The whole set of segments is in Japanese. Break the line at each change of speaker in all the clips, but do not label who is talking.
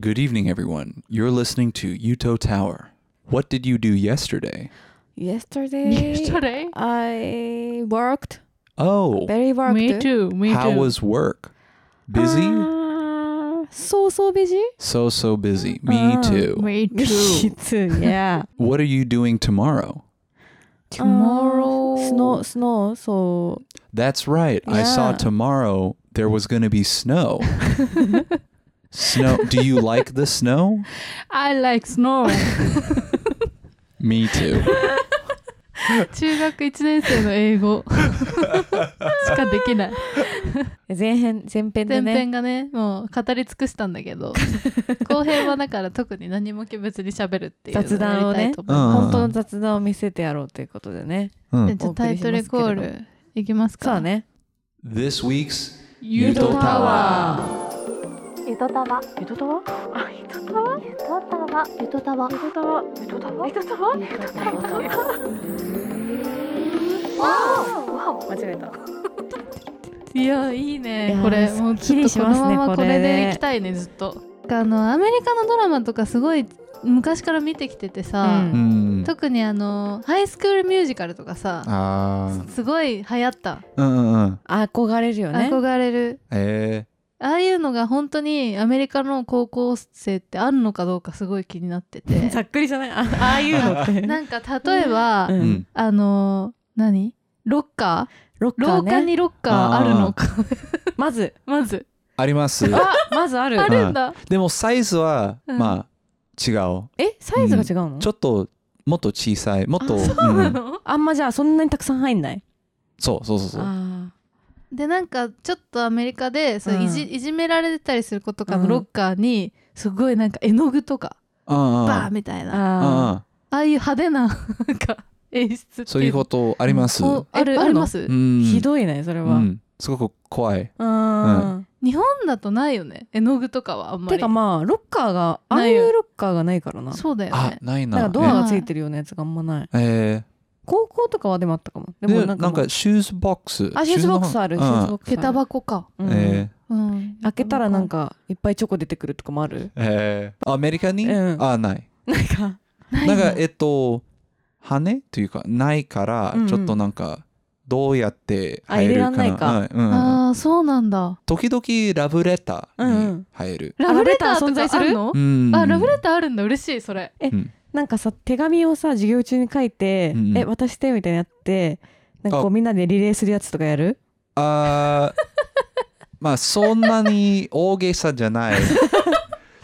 Good evening, everyone. You're listening to Uto Tower. What did you do yesterday?
Yesterday,
Yesterday?
I worked.
Oh,
Very worked.
Me too. Me
how
too.
was work? Busy?
Uh, so so busy.
so, so busy. Me
uh,
too.
Me too.
too. Yeah.
What are you doing tomorrow?
Tomorrow.
Uh, snow snow. So
That's right. I saw
Yeah.
tomorrow there was going to be snow. snow. Do you like the snow?
I like snow.
Me too.
中学1年生の英語しかできない。
前編前編で
前
ね。
編がね、もう語り尽くしたんだけ ど、後編はだから特に何も別に喋るっていうのを
雑談をね
やりたいと
うん
思い
本
ま
当の雑談を見せてやろうということでね。
う
す
ん
じゃあタイトルコールいきますか。
そうね。
This week's
ユートタワー。
ゆとたわ、
ゆとたわ。
ゆとたわ、ゆとたわ、ゆとたわ、ゆとたわ、ゆとたわ、ゆとたわ。
間違えた。
いやいいね
いや
これ
ー
もう
すっき
ちょ
り
っと
し
こ
ま
の
すね
ままこ
こ
れ
れ
で
で
いきたいねずっとあのアメリカのドラマとかすごい昔から見てきててさ、
う
うん
特にあのハイスクールミュージカルとかさ
あ
すごい流行った、
ーうんうんうん
憧れるよね。
憧れる
え
ああいうのが本当にアメリカの高校生ってあるのかどうかすごい気になって て
ざっくりじゃない。あああいうのって。
なんか例えば、
う
ー、うんん。
あの何ロッカ
ロッ
ー
カ
廊下
ーね。
にロッカーあるのか
まず
まず
あります。
あまずある
あ。るんだ、
でもサイズは、
うん
まあ違う。
えサイズが違うの
ち？ょっともっと小さい、もっと
あそう
そうな
うん
の
あんまじゃあそんなにたくさん入んない。
そうそうそうそう。
あ
でなんかちょっとアメリカでそう
うん
いじ,、いじめられてたりする子とか
う
の
ん
ロッカーにすごいなんか絵の具とか
あ
バー
あ
ンみたい
ー
なあ
あ
あ
あ
あいう派手ななんか演出って
そういうことあります。
おあ
え
る
あ
あ
る
り
の
ます、
うん。
ー。ひどいねそれ
う
は。
ん。すごく怖い。
うん。
日本だとないよね絵の具とかはあんまり
てかまあロッカーがああ
ない
い
よ
うロッカーがないからな
そうだよ
あ
ね、
ない
なん
な。
かドア
ね
がついてるようなやつがあんまない
え
高校とかはでもあったかも
え。
で
で
も
な
な
んん
かもう
かシューズボックス。
あシューズボックスあるシューズボックスあ
下
る
駄箱か、
うん
ええ
うん、
開けたらなんかいっぱいチョコ出てくるとかもある
ええ。アメリカに？
うん
あない。
なんか
ない
なん
ね
かえっと羽というかないから
うんうん
ちょっとなんかどうやって
あ入
入
れ
る
ら
かな。
んないか
うんうんうん
ああそうなんだ
時々ラブレターに入る。
ラブレターと
ラブレター存在
か
す
あ
る
るの、
うん
あラブレターあるんだ嬉しいそれ
なんかさ手紙をさ授業中に書いて
うんう
「
ん
え渡して」みたいなやってなんかこ
あ
うみんなでリレーするやつとかやる
あーまあそんなに大げさじゃない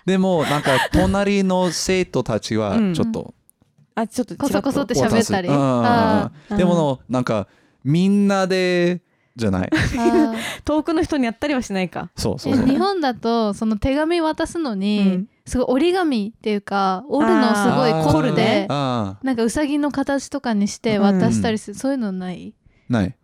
でもなんか隣の生徒たちはちょっと
あちょっと
こそこそっ
ち
て喋ったり
渡すうんうんうん
あ
らっと
でもなんかみんなでじゃない
ーあー
うん遠くの人にやったりはしないか
そうそうそう
え日本だとその手紙渡すのに、
うん
すごい折り紙っていうか折るのをすごい
あー
凝っ
ね
て
あ
なんかうさぎの形とかにして渡したりする、そういうのな
ー
い
ない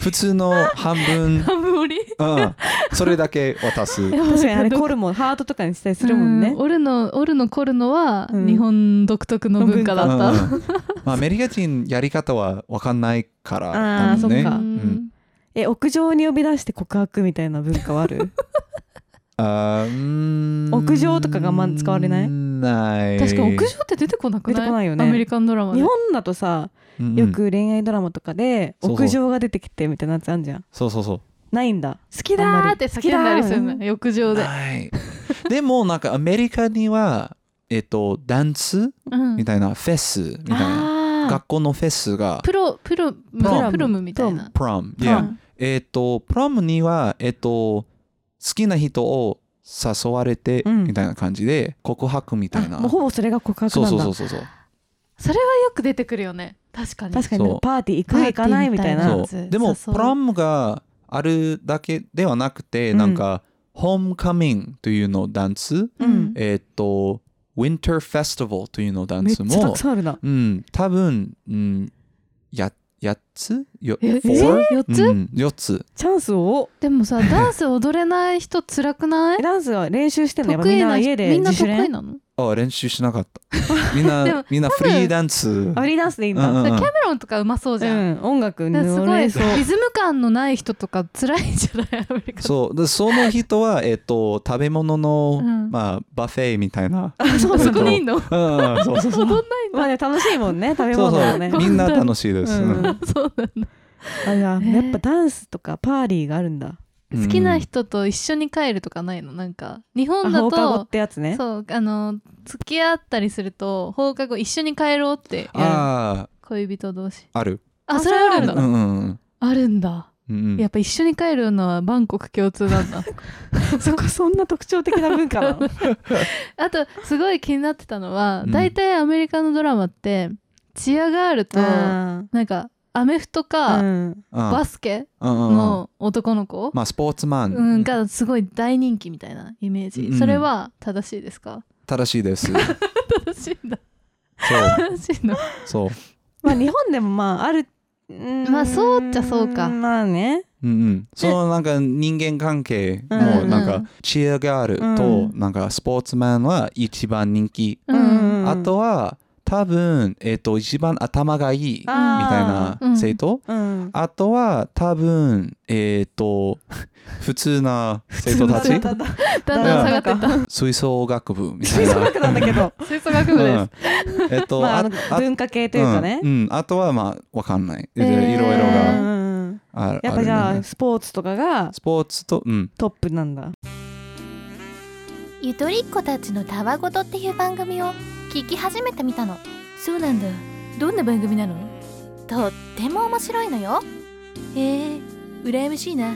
普通の半分、
半分折り
うん、それだけ渡 す
確か にあれコルもハートとかにしたりするもんね
折るの折るの凝るのは
うん
日本独特の文化だった、
うんうんまあ、アメリカ人やり方は分かんないから
あー
多分ね
そっか
うん
え屋上に呼び出して告白みたいな文化はある
あーうーん
屋上とかがあんま使われない
ない
確か屋上って出てこなくない
出てこないよね
アメリカンドラマで
日本だとさ
うんう
よ
ん
く恋愛ドラマとかで
そうそう
屋上が出てきてみたいなやつあんじゃん
そうそうそう
ないんだ
好きだーって叫んだりするの
好きだー
よ浴場で、
ないでもなんかアメリカにはえっとダンス
うん
みたいなフェスみたいな
あ
学校のフェスが
プロプロ
プロム
プロムみたいな
プロム
ー
yeah えっとプロムにはえっと好きな人を誘われて
うん
みたいな感じで告白みたい
あ
な
もうほぼそれが告白
そう
なん
そう
だ
そうそうそう
それはよく出てくるよね確かに
確かになん
そう
かパーティー行く行かないみたい
パーティーみたい
な
そ
な
うでも
誘う
プロムがあるだけではなくてなんかホームカミングというのダンス
うん
えっとウィンターフェスティバルというのダン
めっち
ス
ゃ
も
たくさんあるな
うん、多分、うん、や8つよ
え
four？
え4つ、
うん、4つ。
チャンスを
でもさダンス踊れない人辛くない
ダンスは練習してんのやっぱ
得
みん
意
な
な人
家で
みんな
自
得
主
意
練
なの
ああ練習しなかった みん
で
な
も
みんなフリーダンス
あフリーダンスでいいんだ、
う
うんん
キャメロンとかうまそうじゃん、
音楽に
だからすご
乗
い
れそう
リズム感のない人とか辛いんじゃないアメリカ
そうでその人は、えっと食べ物の、
うん
まあ、バフェみたいな、
あそう
うそう
そ
そう
う
こにいんの踊
うんうんそうそうそ
ん
う
ないん
まあ
だ
ね楽しいもんね食べ
そう
物
そ
は
う
ね
みんな楽しいです、
う
うん
ん
そうなんだ
あじゃあ
ね
やっぱダンスとかパーリーがあるんだ
うん
好きな人と一緒に帰るとかないのなんか日
あ
本だ
放課後
と
ってやつね
そうあの付き合ったりすると放課後一緒に帰ろうってや
あ
る恋人同士
あある
あそれあるん
う
だ、
んうんうん
あるんだ
うんう
やっ
ん
ぱ一緒に帰るのは万国共通なんだ
そこそんな特徴的な文化なの
あとすごい気になってたのは
うん
大体、アメリカのドラマってチアガールとな
あー
んかアメフトか、
うん
バスケ
うんうんうん
の男の子、
まあスポーツマン、
うん、がすごい大人気みたいなイメージ、
うん
それは正しいですか
正しいです そう
正しいんだ正しいの
そう
まあ日本でもまああるうーん
まあそうっちゃそうか
まあね
うんうん、そのなんか人間関係もなん
うん
かチアガールと
う
なんかスポーツマンは一番人気、
う
うん
ん
うん
あとは多分、えっと一番頭がいいみたい
あ
な
ーうん
生徒、
うん
あとは多分えっ、と 普通な生徒た
普通
ち
な生徒だんだん下がってっ
吹奏楽部みた
吹
い
奏
な。
楽なんだけ ど
た吹奏楽部です、
うんえっ と、
まああの
あ
文化系というかね
うんうんあとはまあわかんない、
えー
いろいろ
う
が
んうんうん
ある
やっぱじゃ
ある
あ
ね
スポーツとかが
スポーツとうん
トップなんだ
ゆとりっ子たちのたわごとっていう番組を聞き始めてみたの
そうなんだどんな番組なの
とっても面白いのよ
へえ羨ましい な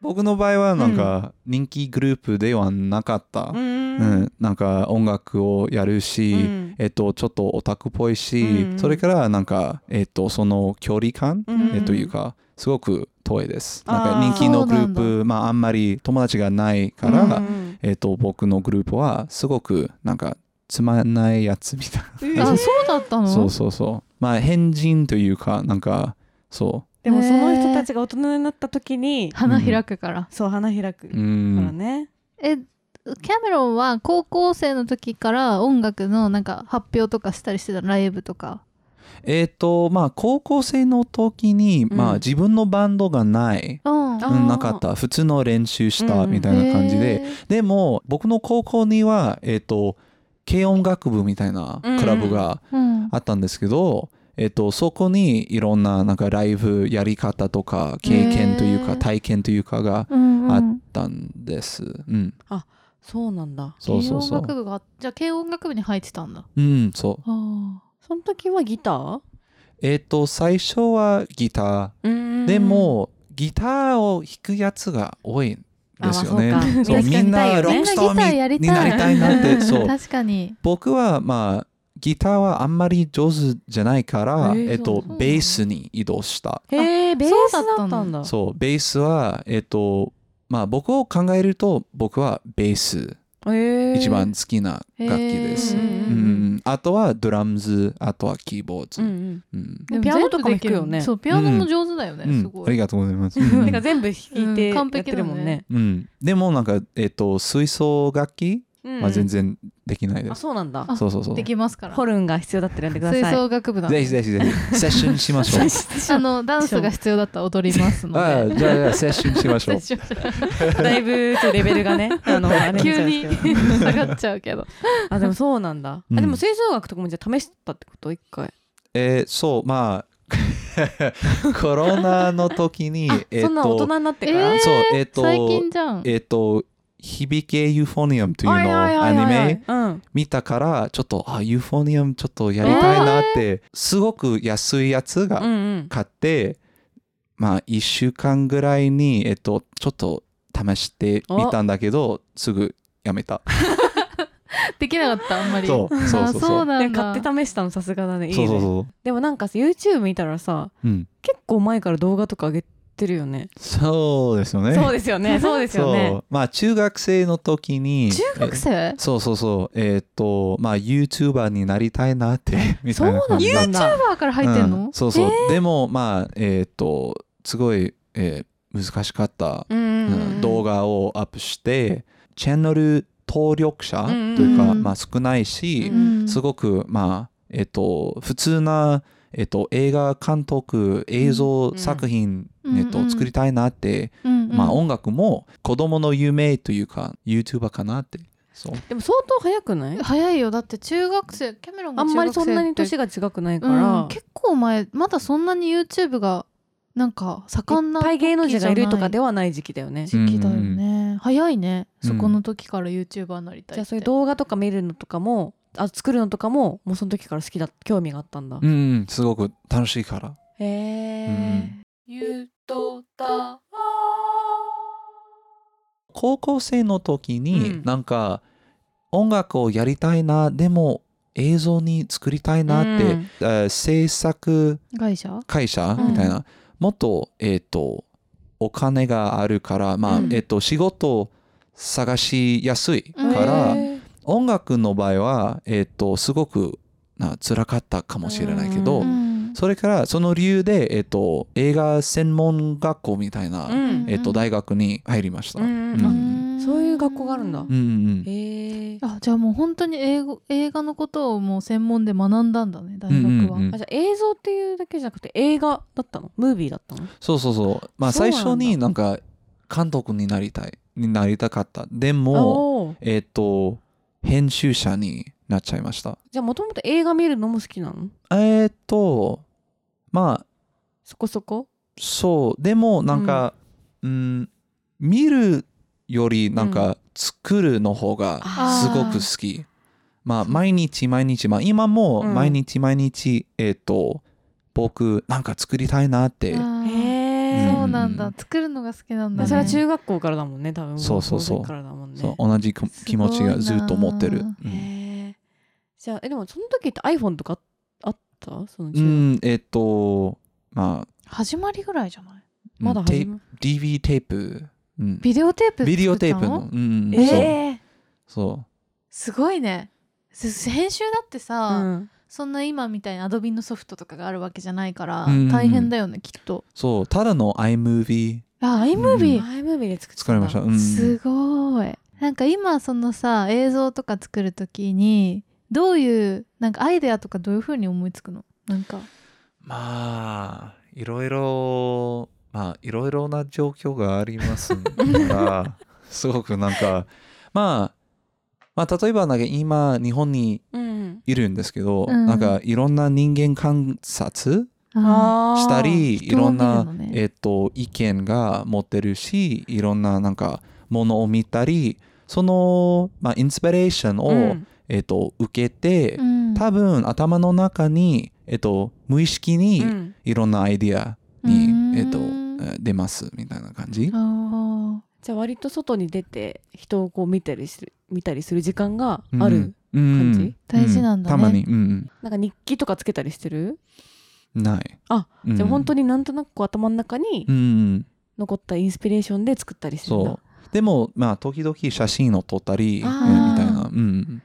僕の場合はなんか人気グループではなかった、う
う
んん、なんか音楽をやるし、
うん
えっと、ちょっとオタクっぽいし、
うんうん
それからなんか、えっと、その距離感、
うん
えというかすごく遠いです。
あー
なんか人気のグルー
そう
プまあ、あんまり友達がないから、
うんうん
えっと、僕のグループはすごくなんかつまんないやつみたい
うん
あそうだった
な、
の
そうそうそうまあ変人というかなんかそ
でもその人たちが大人になった時に
花開くから、
そう花開
う
く
う
か
ん
らね
えキャメロンは高校生の時から音楽のなんか発表とかしたりしてたのライブとか
えっ、とまあ高校生の時に、
うん
まあ、自分のバンドがない、
うん
あ
うん
ー
なかった普通の練習したみたいな感じで、
へー
でも僕の高校にはえっ、と軽音楽部みたいなクラブが
うん
あったんですけど、えっとそこにいろんななんかライブやり方とか経験という
へ
か
ー
体験というかが
うんうん
あったんです。うん、
そうなんだ
そうそうそ
軽音楽
う。
部があじゃあ軽音楽部に入ってたんだ
うん、そう。
あ
その時はギター
えっ、と最初はギター、でもギターを弾くやつが多いんですよね
あまあそう。か
そうみ
み
ん
んな弾きたいよ
な
ね
ロックスタ
みんなギター
ー
やり
に
たい
になりたいなって、そう。
確かに
僕はまあギターはあんまり上手じゃないから、
え
えっ
ー
と
そうなの
ベースに移動した
へえベースだ
そう
っ
だ
た
った
ん
ん
だ
そうベースはえっとまあ僕を考えると僕はベース
へえ
一番好きな楽器です、
へー
うんあとはドラムズあとはキーボード、
う
うんん
うん
で
ピアノとかも弾くよね
全部できるそうピアノも上手だよね、
うん
すご
あり
い
がとうござい ます、う
なん
ん
か全部弾いて
うん
やっ
完
て
璧
る
だね
もんね
うんでもなんかえっと吹奏楽器
ま
は全然できないで
あ
す、
そうなんだ
あ
そうそうそう
できますから
ホルンが必要だってるんでください
吹奏楽部なん
ぜ
で
ひぜひぜ ひセッションしましょう
あのダンスが必要だったら踊ります の
ああ
で
じゃあじゃあセッションしましょう
だいぶちょっとレベルがねあのあれになっちゃ
急
うんで
に
すけど
下がっちゃうけど
あでもそうなんだ
うん
あでも吹奏楽とかもじゃあ試したってこと一回
えーそうまあ コロナの時に
あ
えー
そんな大
と
人になってから
えー
そうえっ、と
最近じゃん
えっ、と響けユーフォニアムというのを
はいは
ア
い
ニ
はいはい
メ
うん
見たからちょっとあユーフォニアムちょっとやりたいなってすごく安いやつ
う
が
んうん
買ってまあ1週間ぐらいにえっ、とちょっと試してみたんだけどすぐやめた
できなかったあんまり
そうそうそう
あ
そう
そうな
ね
んだ
買って試したのさすがだねいい
そうそう
ね
そう
でもなんかさ YouTube 見たらさ
うん
結構前から動画とか上げてるよね
そうですよね
そうです よねそうですよね
そうまあ中学生の時に
中学生
そうそうそう。えーっ、と、まあ、YouTuber になりたいなって、みたいな感じ
そうなんだ
パワーから入ってんの、
うんそうそう。でも、まあ、えーっ、と、すごいえー難しかった、
うんうん
う
うんん
動画をアップしてチャンネル登録者というか、
うん
まあ、少ないし、
うん
すごく、まあ、えっと、普通な、えっと、映画監督、映像作品、
うん
えっ
うんう
と、
ん
作りたいなって、
うんうん
まあ、音楽も子供の夢というか、YouTuber かなって。そう。
でも相当早くない
早いよだって中学生キャメロンが
あんまりそんなに
中学生
年が違くない
って
から、
うん結構前まだそんなに YouTube がなんか盛ん
い
な
っぱい芸能人がいるとか
で
ではない時期だよねじ
時期だよ
うん
ね早いね
うん
そこの時から YouTuber になりたいって
ゃあそういう動画とか見るのとかもあ作るのとかももうその時から好きだ興味があったんだ、
うんうん、すごく楽しいから。
へえ、
ゆとた
高校生の時
う
に、
ん
なんか、音楽をやりたいな、でも、映像に作りたいなって、
うん
あー制作
会社
会社
うん
みたいな、もっと,、えー、とお金があるから、まあ
うん
えー、と仕事を探しやすいから、
へ
音楽の場合は、えー、とすごくな辛かったかもしれないけど、
う
うん
それからその理由で、えー、と映画専門学校みたいな、
うん
えー、と大学に入りました。
うん
う
うんんそういう学校があるんだ
うんうん
へえ
あじゃあもう本当に英語映画のことをもう専門で学んだんだね大
うんうん
学
う
は、
ん
あじゃあ映像っていうだけじゃなくて映画だったのムービーだったの
そうそうそう。まあ
そうな
最
んだ
初になんか監督になりたいになりたかった。でも
おー
えっ、と、編集者になっちゃいました。
じゃあもともと映画見るのも好きなの
えっ、と、まあ、
そこそこ
そう、でもなんか、うん、見るよりなんか、作るの方が
あ
す
ー
ごく好き。まあ、毎日毎日、まあ、今も
うん
毎日毎日、えっ、と、僕、なんか作りたいなって、
あー
へ
ー
そうなん
う
だ
ん
作るのが好きなんだ、ね、
それは中学校からだもんね多分
そうそうそう
高校生からだもんね
そう同じく
すごいな
気持ちがずっと持ってる。うん
へえじゃあえでもその時って iPhone とかあったその中
う
学、
ん、えっ、と、まあ、
始まりぐらいじゃない
まだ始
うん
ま
DV テープ。うん
ビデオテープ作ったの
ビデオテープの。うん、
え
そう
えー
そ
すごいねす編集だってさ、
うん
そんな今みたいにアドビのソフトとかがあるわけじゃないから
うん
大変だよねきっと
うそうただの iMovie
あ iMovie、
iMovie で作って
作りました、うん、
すごいなんか今そのさ映像とか作るときにどういうなんかアイデアとかどういうふうに思いつくのなんか
まあいろいろまあいろいろな状況がありますから すごくなんかまあまあ例えばなんか今日本に
うん
いるんですけど、
うん
なんかいろんな人間観察
あー
したり、い
人
ろ
を
ん
見る
な、
のね
えっと意見が持ってるしいろんななんかものを見たりその、まあ、インスピレーションを、
うん
えっと受けて、
うん
多分頭の中に、えっと無意識に
うん
いろんなアイディアに、
うん
えっとえ出ますみたいな感じ。
あ
じゃあ割と外に出て人をこう見たりする見たりする時間が
うん
ある、
うん
感じ
大事なんだね
うたまに、うん
なんか日記とかつけたりしてる、
うん、ない。
あ
うん、
じゃあ本当になんとなくこう頭の中に
うんうん、
残ったインスピレーションで作ったりしてるんだ、
そう。でもまあ時々写真を撮ったり、え
あ
ー
ー
みたいな。うん
ー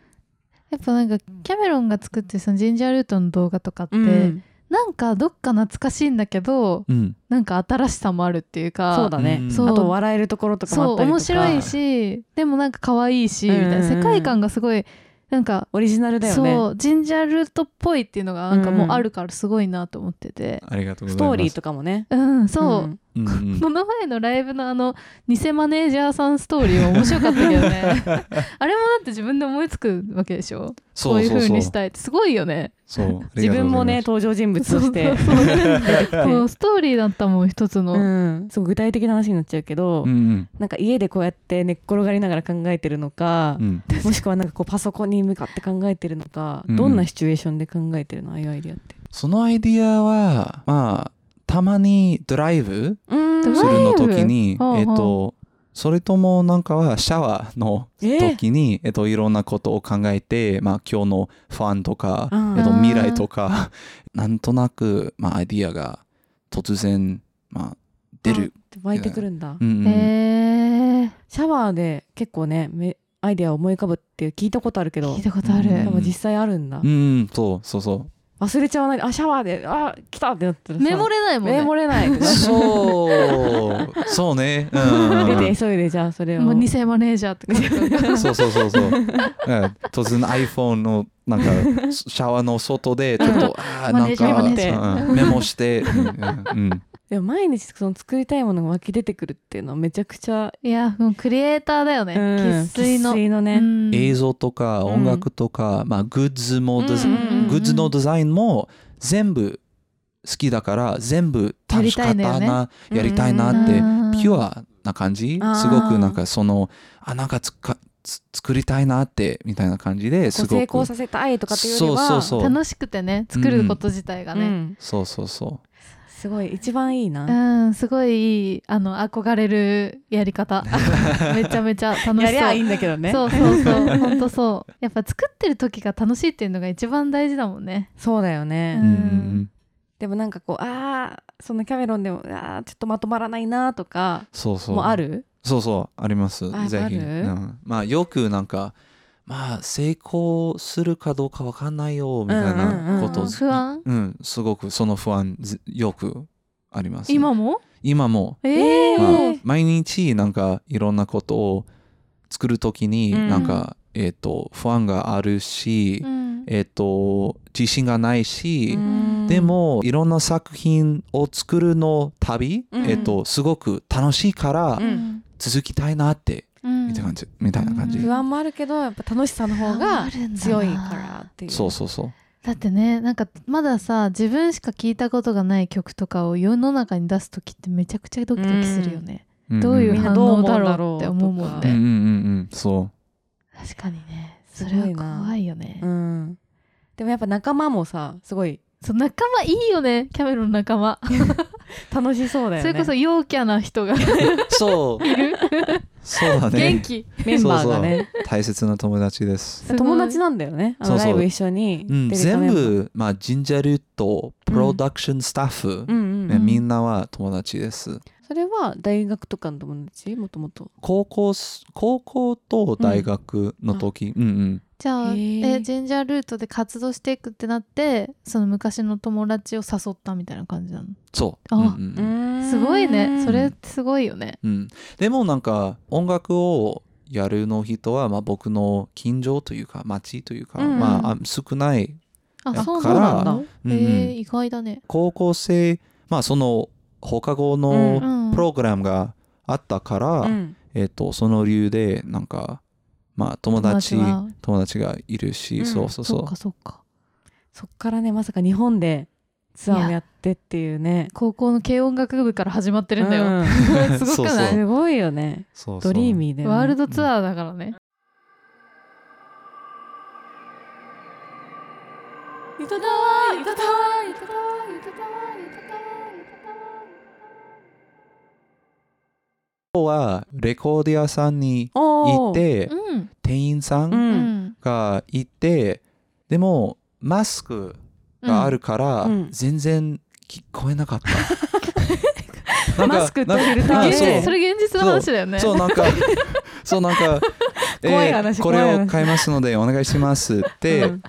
やっぱなんかキャメロンが作ってそのジンジャールートの動画とかって、
うん
なんかどっか懐かしいんだけど
うん。
なんか新しさもあるっていうか
そうだね、
うん
そう
あと笑えるところとかもあ
そ
っ
う
たりと
面
か
白いしでもなんか可愛いしみたい
うんうん
な
うん
世界観がすごいなんか
オリジナルだよね
そうジンジャールートっぽいっていうのがなんかもうあるからすごいなと思ってて
ありがとうございます。
ストーリーとかもね
うんそう、
う
ん
んうん
この前のライブのあの偽マネージャーさんストーリーは面白かったけどね あれもだって自分で思いつくわけでしょそういう風にしたいってすごいよね
そう
自分もね、登場人物として
そうそうそう
出てきて
こうストーリーだったもん一つの、
うん、すごい具体的な話になっちゃうけど、
うんうん
なんか家でこうやって寝っ転がりながら考えてるのか
う、ん、
もしくはなんかこうパソコンに向かって考えてるのか、
うん
どんなシチュエーションで考えてるのああいうアイディアって。
そのアイディアはまあたまにドライブ
うん
ド
す
ライ
る
ブ
の時に
ほうほう
えっ、とそれともなんかはシャワーの
えー
時に、えっといろんなことを考えて、まあ、今日のファンとか、
うん
えっと、未来とか なんとなく、まあ、アイディアが突然、まあ、出る、
湧いてくるんだ、
うんうん
へえ
シャワーで結構ねめアイディアを思い浮かぶって聞いたことあるけど
聞いたことある、
うん
でも実際あるんだ、
うんうん、そうそうそう
忘れちゃわないあシャワーであ来たってなったらさ
メモれないもんね
メモれない
そうそうね。うん うんうん
出て急いでじゃあそれを
もう偽マネージャーって書いてあ る
そうそうそうそう。なんか突然 iPhone のなんかシャワーの外 でちょっとあー
マ
な
ネ
ん
ージャー
か
マネー
ジャ
うんメモして、うんうんうん
でも毎日その作りたいものが湧き出てくるっていうのはめちゃくちゃ
いやもうクリエイターだよね
うん
生粋の
生粋のね、
うん
映像とか
ん
音楽とか、まあグッズもデザ
うんうんうんうん
グッズのデザインも全部好きだから全部楽しかったなや
や
り
り
た
た
い
いんだ
な
よ
っ
ね
て
うん
ピュアな感じ
あー
すごくなんかそのあなんかつかつ作りたいなってみたいな感じです
こう
ごく
成功させたいとかっていうよりは
そうそうそう
楽しくてね作ること自体が
う
ね
ん
そうそうそ
すごい一番いいうな、
ん、すごいいいあの憧れるや り方めちゃめちゃ楽しそう
やりゃいいんだけどね
そうそうそう本当そうやっぱ作ってる時が楽しいっていうのが一番大事だもんね
そうだよね、
う、
う
うんんうん、
でもなんかこうあーそのキャメロンでもあーちょっとまとまらないなとか
そうそう
もある
そうそうあります
あ
ぜひ、
ある
うんまあよくなんかまあ成功するかどうかわかんないよみたいなこと
う
を
ん
不安
うん、すごくその不安ずよくあります。
今も
今も、
え
え
え
まあ
ー
毎日なんかいろんなことを作るときに
うん
なんか、えっ、と不安があるし、
うん
えっ、と自信がないし、
うん
でもいろんな作品を作るの旅、
うん
えっ、とすごく楽しいから
うん
続きたいなって、
うん
みたいな感じみたいな感じ。
うん
不安もあるけどやっぱ楽しさの方が強いからっていう
そうそうそう。
だってねなんかまださ自分しか聞いたことがない曲とかを世の中に出す時ってめちゃくちゃドキドキするよね、
んん
どういう反応だろうって
みんなどう
思
思
う
うん
も
うんうん
だろう
んね
うんうんそ
確かにね
す
そ
ご
れはい
な
怖いよね、
うんでもやっぱ仲間もさすごい
そう仲間いいよねキャメロンの仲間、
楽しそうだよ
そ
ね
れこそ陽キャな人が
う。そう。
いる
そうだね。
元気
メンバーがね
大切な友達です。
そうそう
友達なんだよねあ
そ
の
うそう
ライブ一緒に
うん、
出てたメ
全
ンバー
部、まあ、ジンジャルとプロダクションスタッフ、
うんうんう
ね、
ん
みんなは友達です。
それは大学とかの友達もともと
高校す、高校と大学の時、うん、うん
じゃあ、
へ
え
ー
ージェンジャールートで活動していくってなってその昔の友達を誘ったみたいな感じなの
そう。
あ
うんうん
すごいねそれ
う
っ
ん
てすごいよね
うん、でもなんか音楽をやるの人は、まあ、僕の近所というか町というか、
うんうん
まああ少ない、
あ
だ
そう
から
なんだ
うん
え
うん
ー、意外だね
高校生まあその放課後の
うん
プログラムがあったから、
うん
えっとその理由でなんかまあ友達
友
友
達
達
は
がいるし、
うん
そうそうそ
そ
う
っかそっか
そっからねまさか日本でツアーをやってっていうね
高校の軽音楽部から始まってるんだよ、
う
すごくない
そう
すごいよね
そうそう
ドリーミーで、ね、
ワールドツアーだからね、
ゆとたわゆとたわゆとたわゆとたわゆとたわゆとたわ
今日はレコード屋さんに行っ
おー
て
うん
店員さ
うんん
ん
がいて、でもマスクがあるから、
うん
全然聞こえなかったな んか
マスクとフィルタ
な
ー
んか
で
現
そ
実
う
それ現実の話だよね
そう なんかそうなんか、
怖い話
こ
怖い
れ
話
を買いますのでお願いしますって、
うん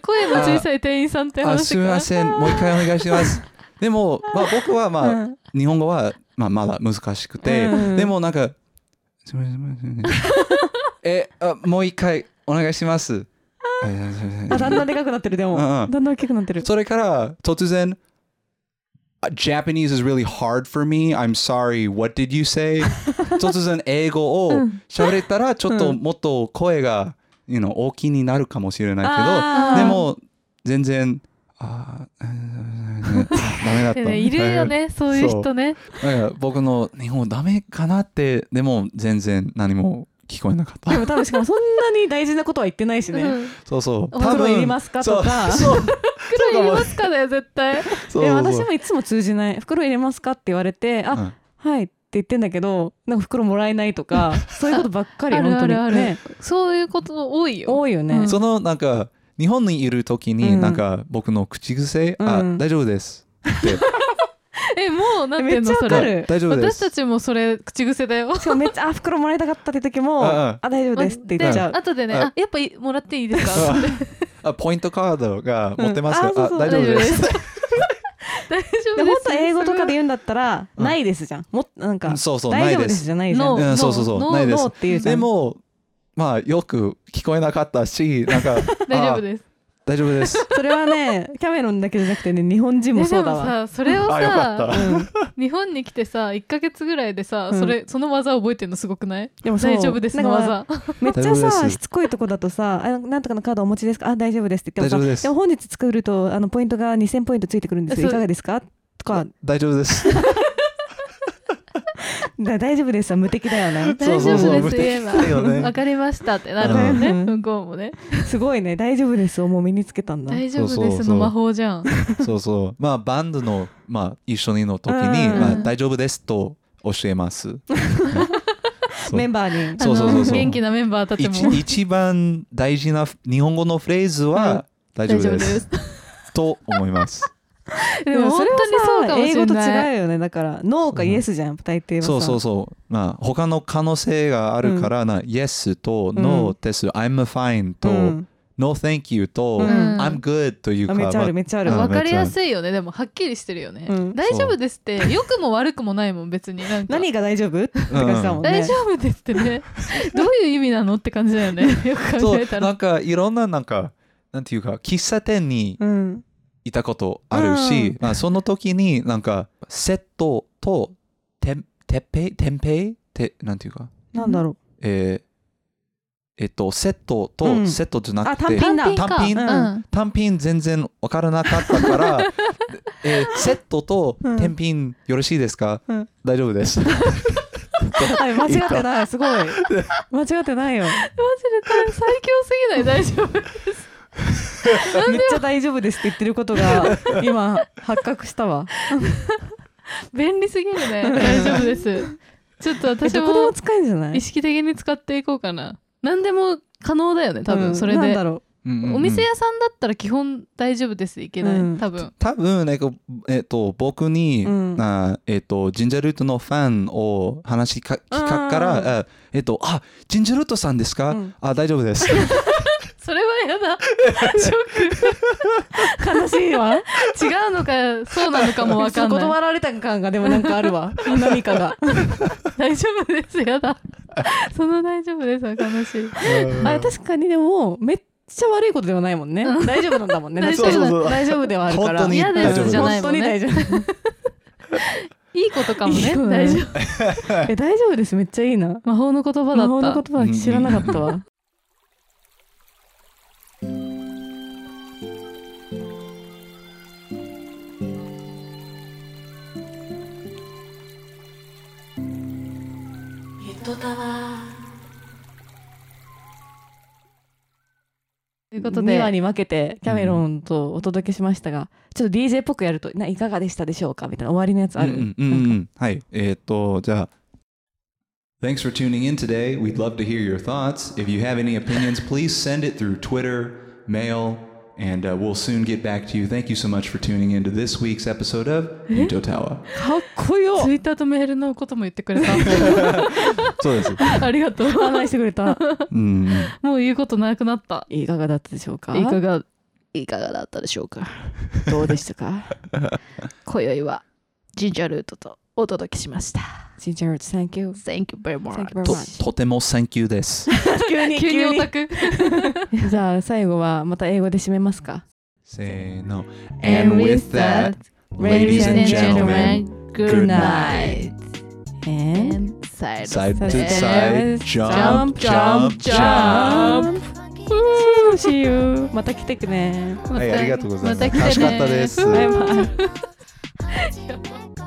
声の小さい店員さんって
あ
話
すみませんもう一回お願いし ますでも、まあ、僕はまあ、
うん
日本語は、まあ、まだ難しくて、
うん
でもなんか「すみませんす みませんえあもう一回お願いします」あすいませんすい
あ
ませ
だ
ん
んだんでかくなってるで
う
も
ん
だ
うん
んだん大きくなってる
それから突然「あ Japanese is really hard for me I'm sorry what did you say 」突然英語を喋れたらちょっともっと声が、you know 大きになるかもしれないけど
あー
でも全然あーうんダメだっ
で
た。
ねいる よねそういう人ね
だから僕の日本ダメかなってでも全然何も聞こえなかっ
で
た。
も多分しかもそんなに大事なことは言ってないし
う
ね。
ん
そうそう。
お風
多
呂
分
いりますかとか
そうそう
黒いりますかだよ絶対
そうそう
え私もいつも通じない「袋入れますか?」って言われて「あ、
うん
はい」って言ってんだけどなんか袋もらえないとかそういうことばっかり
あ
本
る
当
あ
に
るある
ね
そういうこと多いよ
多いよね。
うん
そのなんか日本にいる時に
うん
なんか僕の口癖、あ
うん
大丈夫ですって
えもうなんてい
め
う
っちゃ
の
わ
そ
か
れ
る。
大丈夫で
私
す。
たちもそれ口癖だよ
しかもめっちゃ「あ袋もらいたかった」って時も「
うんうん
あ大丈夫です」って言っちゃう
で。後でね
うん
あやっぱいもらっていいですかって
あポイントカードが持ってますか、
うんあそうそう
あ大丈夫です。
大丈夫です大丈夫です
で本当英語とかで言うんだったら、
うん
ないですじゃん。もっなんか、
そうそうな
大
い
丈夫
で
です
す
じゃないじゃん。
ノ
ノ
ー
うんそうそうそう
ノー
ないです
ーっていうじゃ
で
ん。
もまあよく聞こえなかったしなん か
大丈夫
す
です
大丈夫です
それはね、キャメロンだけじゃなくてね、日本人も
え
そうだ
で
わ。
もさそれを
あよかっ
さ
た
うん
日本に来てさ1ヶ月ぐらいでさ、
うん
それその技覚えてるのすごくない
でもそう
大丈夫です
なん
の
か
技
めっちゃ
大丈夫で
さ
す
しつこいとこだとさあ「なんとかのカードお持ちですかあ大丈夫です」って言って
大丈
もさ
夫です
も本日作るとあのポイントが2000ポイントついてくるんですよ
そう
いかがですか?」とか
大丈夫です
だ大丈夫です」は無敵だよね
そう
大
そ
丈
うそう
夫です言えば
無敵だよね
わかりましたってなるもん
う
ね
ん
向こうもね
すごいね「大丈夫です」をもう身につけたんだ
大丈夫
そう
で
そう
す
そ
の
う
魔法じゃん
そうそうまあバンドの、まあ、一緒にの時に、
うん
まあ、大丈夫ですと教え ます、そう
メンバーに
そうそうそうそう
あの元気なメンバーたち
一
も
一番大事な日本語のフレーズは大丈夫です と思います
でも本当にそうかもしれ
でもそれはさ
ない
英語と違うよねだから「ノー」か「イエス」じゃん大抵はさ
そうそうそうまあ他の可能性があるからな、Yes と No です、I'm fine と、
うん
No thank you と、
うん
I'm good というか
あめっちゃあ
ま
るめっちゃある
うん
わかりやすいよねでもはっきりしてるよね、
うん
大丈夫ですって良くも悪くもないもん別になんか
何が大丈夫って感じだもんね
大丈夫ですっ てねどういう意味なのって感じだよねよく考
そ
え
う
た
な
ら
んかいろんななんかなんていうか喫茶店に
うん
いたことあるし、
うん
まあ、その時になんかセットとてんてっぺいてんぺいってなんていうか
なんだろう
えーえっとセット
う
と
ん
セットじゃな
あ
くて、
単品だ
単品
か
うん
うん
単品全然わからなかった から、えーセットと
うん
単品よろしいですか、
うん
大丈夫 です。
あ間違ってないすごい間違ってないよ
マジで大最強すぎない大丈夫
めっちゃ大丈夫ですって言ってること が今発覚したわ
便利すぎるね大丈夫ですちょっと
え
私
どこでも
も
使えるんじゃない
意識的に使っていこうかな何でも可能だよね多
う
分
ん
それで、
なんだろ
うんうんうん
お店屋さんだったら基本大丈夫ですいけない、
うん
多分
多分なんかえっ、と僕に、
うん
あえっ、とジンジャルートのファンを話しか企画か
うん
らあえっ、とあジンジャルートさんですか、
うん
あ大丈夫です
それはやだショック悲しい わ違うのかそうなのかも
う
わかんない
断られた感がでもなんかある わ何かが
大丈夫ですやだその大丈夫ですは悲しい
あれ確かにでもめっちゃ悪いことではないもんね大丈夫なんだもんね
大
丈夫
だって
そうそうそう
大丈夫ではあるから
本当に
嫌
大丈
で
夫
す
です
じゃない
本
も
当
ん
に
ね
大丈夫
いいことかも
いい
ね
ことね
大丈夫
え大丈夫ですめっちゃいいな
魔法の言葉だ
魔
っ
法の
た
言葉知らなかった わ
ゆとたわ
ということ
2話
で
に分けてキャメロンとお届けしましたがちょっと DJ っぽくやるとないかがでしたでしょうかみたいな終わりのやつある
うんうんうんうんはいえっ、とじゃあ Thanks for tuning in today. We'd love to hear your thoughts. If you have any opinions, please send it through Twitter, mail, and uh, we'll soon get back to you. Thank you so much for tuning in to this week's episode of Yuto Tawa.
かっこよ
ツイッターとメールのことも言ってくれた
そう です。
ありがとう
案内してくれた
うんうん
もう言うことなくなった
いかがだったでしょうか
いかがいかがだったでしょうか
どうでしたか
今宵はジンジャールートとお届けしました
しんちゃん Thank you
Thank you very much
Thank you very
と
much
とても Thank you です。
急に
急にオタク
じゃあ最後はまた英語で締めますか
Say no.
And with that,
ladies and gentlemen,
good night
And
and side of
side to
stairs.
side, jump,
jump,
jump,
jump,
jump.
jump.
Woo, see you また来てくね
また
はい、ありがとうございます。
また来てね
楽しかったです。
バイバイ
ー